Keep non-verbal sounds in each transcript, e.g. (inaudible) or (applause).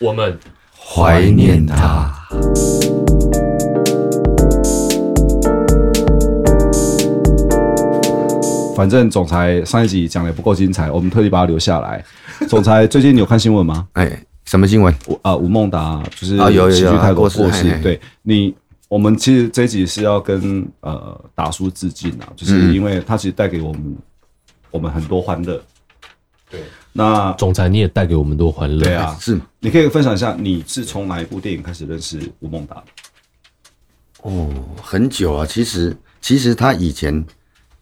我们怀念他。反正总裁上一集讲的不够精彩，我们特地把他留下来。 (laughs) 总裁最近有看新闻吗？哎，什么新闻？吴啊，吴孟达就是啊有有有喜剧泰国过世过嘿世嘿。对你，我们其实这一集是要跟呃达叔致敬啊，就是嗯因为他其实带给我们我们很多欢乐。对，那总裁你也带给我们多欢乐。对，啊，是你可以分享一下你是从哪一部电影开始认识吴孟达的？哦，很久啊。其实其实他以前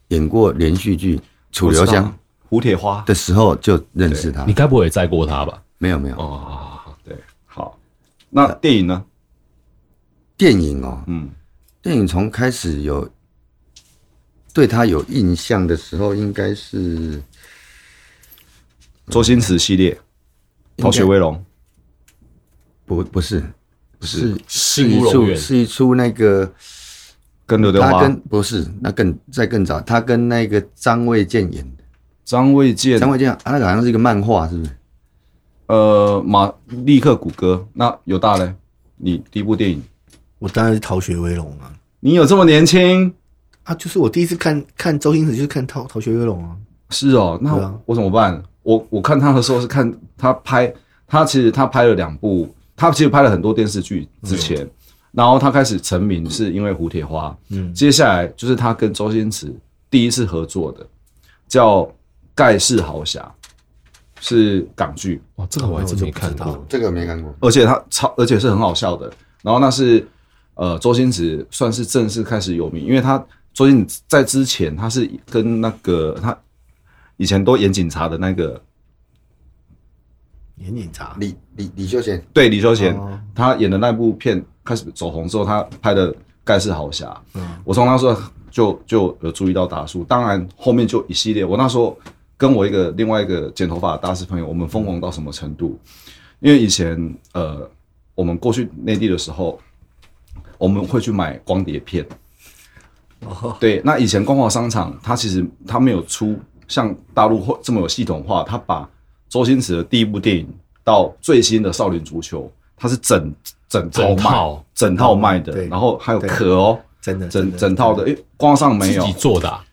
演过连续剧《楚留我知香道啊、胡铁花。的时候就认识他你。该不会也载过他吧？没有没有，哦，对，好，呃那电影呢？电影哦，嗯，电影从开始有对他有印象的时候，应该是嗯周星驰系列《逃学威龙》不不是不是是新一乌龙出院是一出那个跟刘德他华、跟不是那更再更早，他跟那个张卫健演的。张卫健张，卫健啊，那个好像是一个漫画，是不是？呃，马立刻谷歌。那有大嘞？你第一部电影，我当然是《逃学威龙》啊！你有这么年轻？啊，就是我第一次看看周星驰，就是看《逃逃学威龙》啊。是哦，那对啊我怎么办？我我看他的时候是看他拍，他其实他拍了两部，他其实拍了很多电视剧之前，然后他开始成名是因为胡铁花，嗯，接下来就是他跟周星驰第一次合作的，叫《盖世豪侠》，是港剧，哇，这个我还真没看那我就过不。这个没看过。而且他超，而且是很好笑的。然后那是呃，周星驰算是正式开始有名，因为他周星驰在之前他是跟那个他以前都演警察的那个演警察，李李李修贤，对李修贤，哦他演的那部片开始走红之后，他拍的《盖世豪侠》，嗯我从那时候就就有注意到达叔，当然后面就一系列。我那时候跟我一个另外一个剪头发的大师朋友，我们疯狂到什么程度？因为以前呃，我们过去内地的时候，我们会去买光碟片。哦，对，那以前光华商场，它其实它没有出像大陆或这么有系统化，它把周星驰的第一部电影到最新的《少林足球》，它是整整套整卖套整套卖的，对然后还有对壳哦，真的，整真整套的，，诶，光华商场没有自己，做的啊，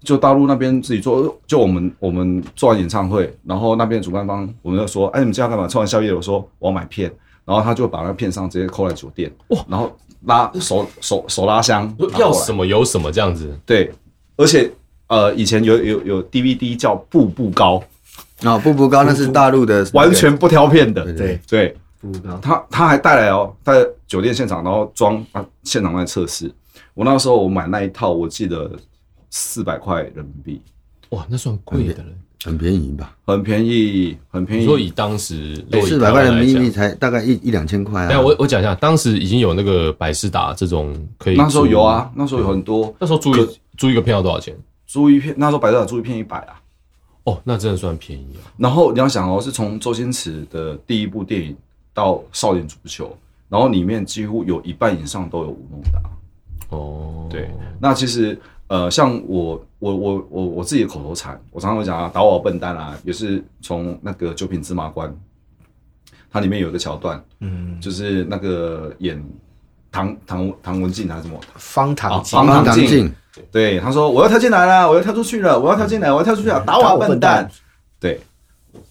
就大陆那边自己做，就我们我们做完演唱会，然后那边主办方我们就说，哎，你们家干嘛？吃完宵夜，我说我要买片，然后他就把那片商直接扣来酒店，哇，然后拉手手手拉箱，要什么？什么有什么这样子。对，而且呃，以前有有有 DVD 叫步步高，啊，步步高那是大陆的，完全不挑片的。对，对，不高，他他还带来哦，在酒店现场，然后装啊，现场来测试。我那时候我买那一套，我记得四百块人民币，哇，那算贵的了。很便宜吧？很便宜，很便嗯你说以宜。当时如果以四百台湾块人来民讲币才大概一一两千块等一下啊。我我讲一下，当时已经有那个百事达这种可以，那时候有，啊，那时候有很多那时候租一租一个票多少钱？租一片，那时候百事达租一片一百啊。哦，那真的算便宜啊。然后你要想哦，是从周星驰的第一部电影到《少年足球》，然后里面几乎有一半以上都有吴孟达。哦，对，那其实呃，像我我我我我自己的口头禅，我常常会讲啊，打我笨蛋啊，也是从那个《九品芝麻官》，它里面有一个桥段，嗯，就是那个演唐唐唐文静还是什么，方唐啊镜，方唐唐镜镜，对，他说我要跳进来了，我要跳出去了，我要跳进来，我要跳出去了，打嗯打我啊我笨笨蛋蛋。对，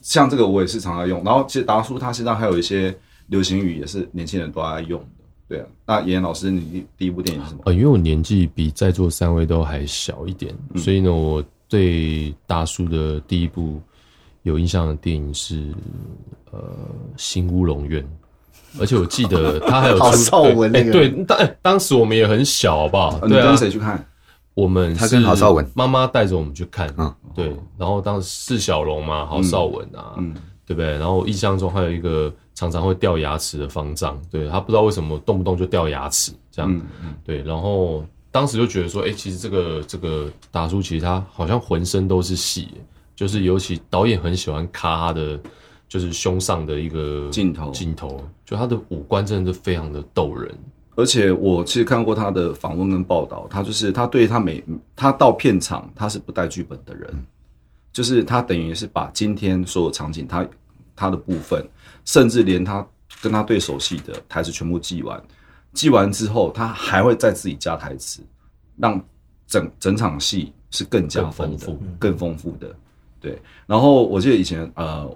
像这个我也是常常用。然后其实达叔他现在还有一些流行语，也是年轻人都爱用的。对啊，那妍妍老师，你第第一部电影是什么？呃，因为我年纪比在座三位都还小一点，所以呢，我对大叔的第一部有印象的电影是呃《新乌龙院》，而且我记得他还有好出少对文哎那个对，当哎当时我们也很小，好不好？呃你对啊跟，谁去看？我们他跟郝邵文，妈妈带着我们去看，嗯对，然后当时释小龙嘛，郝邵文啊，嗯对不对？然后我印象中还有一个常常会掉牙齿的方丈，对他不知道为什么动不动就掉牙齿这样，嗯嗯，对，然后当时就觉得说，哎、其实这个这个达叔其实他好像浑身都是戏耶，就是尤其导演很喜欢咔他的，就是胸上的一个镜头镜头，就他的五官真的是非常的逗人，而且我其实看过他的访问跟报道，他就是他对他每他到片场他是不带剧本的人，就是他等于是把今天所有场景他他的部分，甚至连他跟他对手戏的台词全部记完，记完之后他还会再自己加台词，让整整场戏是更加分更丰的富、更丰富的。嗯对，然后我记得以前呃，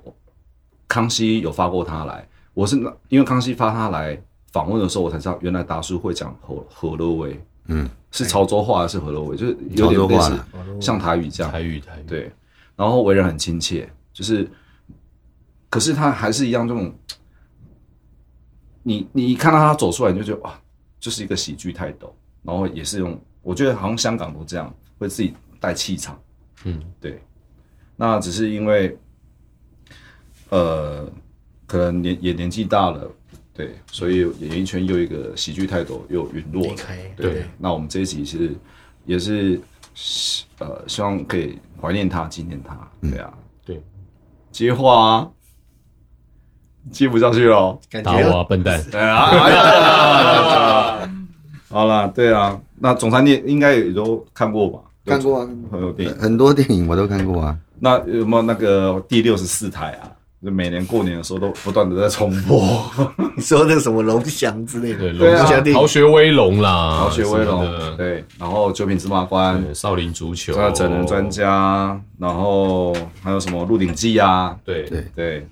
康熙有发过他来，我是那因为康熙发他来访问的时候，我才知道原来达叔会讲河河洛威，嗯，是潮州话还是河洛威，就是有点类潮州似话啊哦像台语这样台。语台语，对，然后为人很亲切，就是，可是他还是一样这种，你你一看到他走出来，你就觉得哇，就是一个喜剧泰斗，然后也是用，我觉得好像香港都这样，会自己带气场，嗯，对，那只是因为，呃，可能年也年纪大了。对，所以演艺圈又一个喜剧泰斗又陨落离了。开，对，那我们这一集其实也是希呃，希望可以怀念他、纪念他。对啊，对，接话啊，接不下去喽。感打觉我啊，要笨蛋！哎呀哎呀，好啦，对啊，那总裁你也应该也都看过吧？看过啊，很有电影。很多电影我都看过啊。那有没有那个第六十四台啊？就每年过年的时候都不断的在重播。 (laughs) 你说那个什么龙翔之类对，的，龙啊翔是电逃影，学威龙啦，逃学威什么龙，的对，然后九品芝麻官，对少林足球，还有整人专，家，然后还有什么《鹿鼎记》啊，对对对，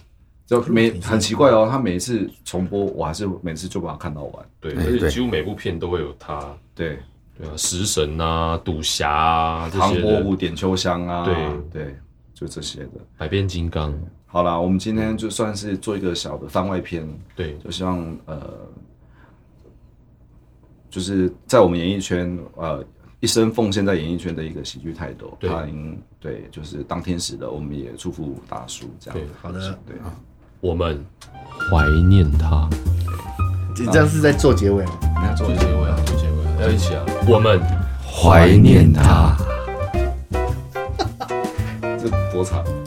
就每很奇怪哦，他每一次重播，我还是每次就把它看到完。对，哎而且对几乎每部片都会有他，对，对啊，食神啊，赌侠啊，这唐些伯的虎点秋香啊，对对，就这些的。百变金刚，好啦，我们今天就算是做一个小的番外篇，对，就像呃，就是在我们演艺圈呃。一生奉献在演艺圈的一个喜剧泰斗，对他已经对，就是当天使的，我们也祝福大叔这样对。啊好的，对，我们怀念他。你这样是在做结尾吗？我们要做做结尾啊，做结尾啊，要一起啊！我们怀念他。这多惨。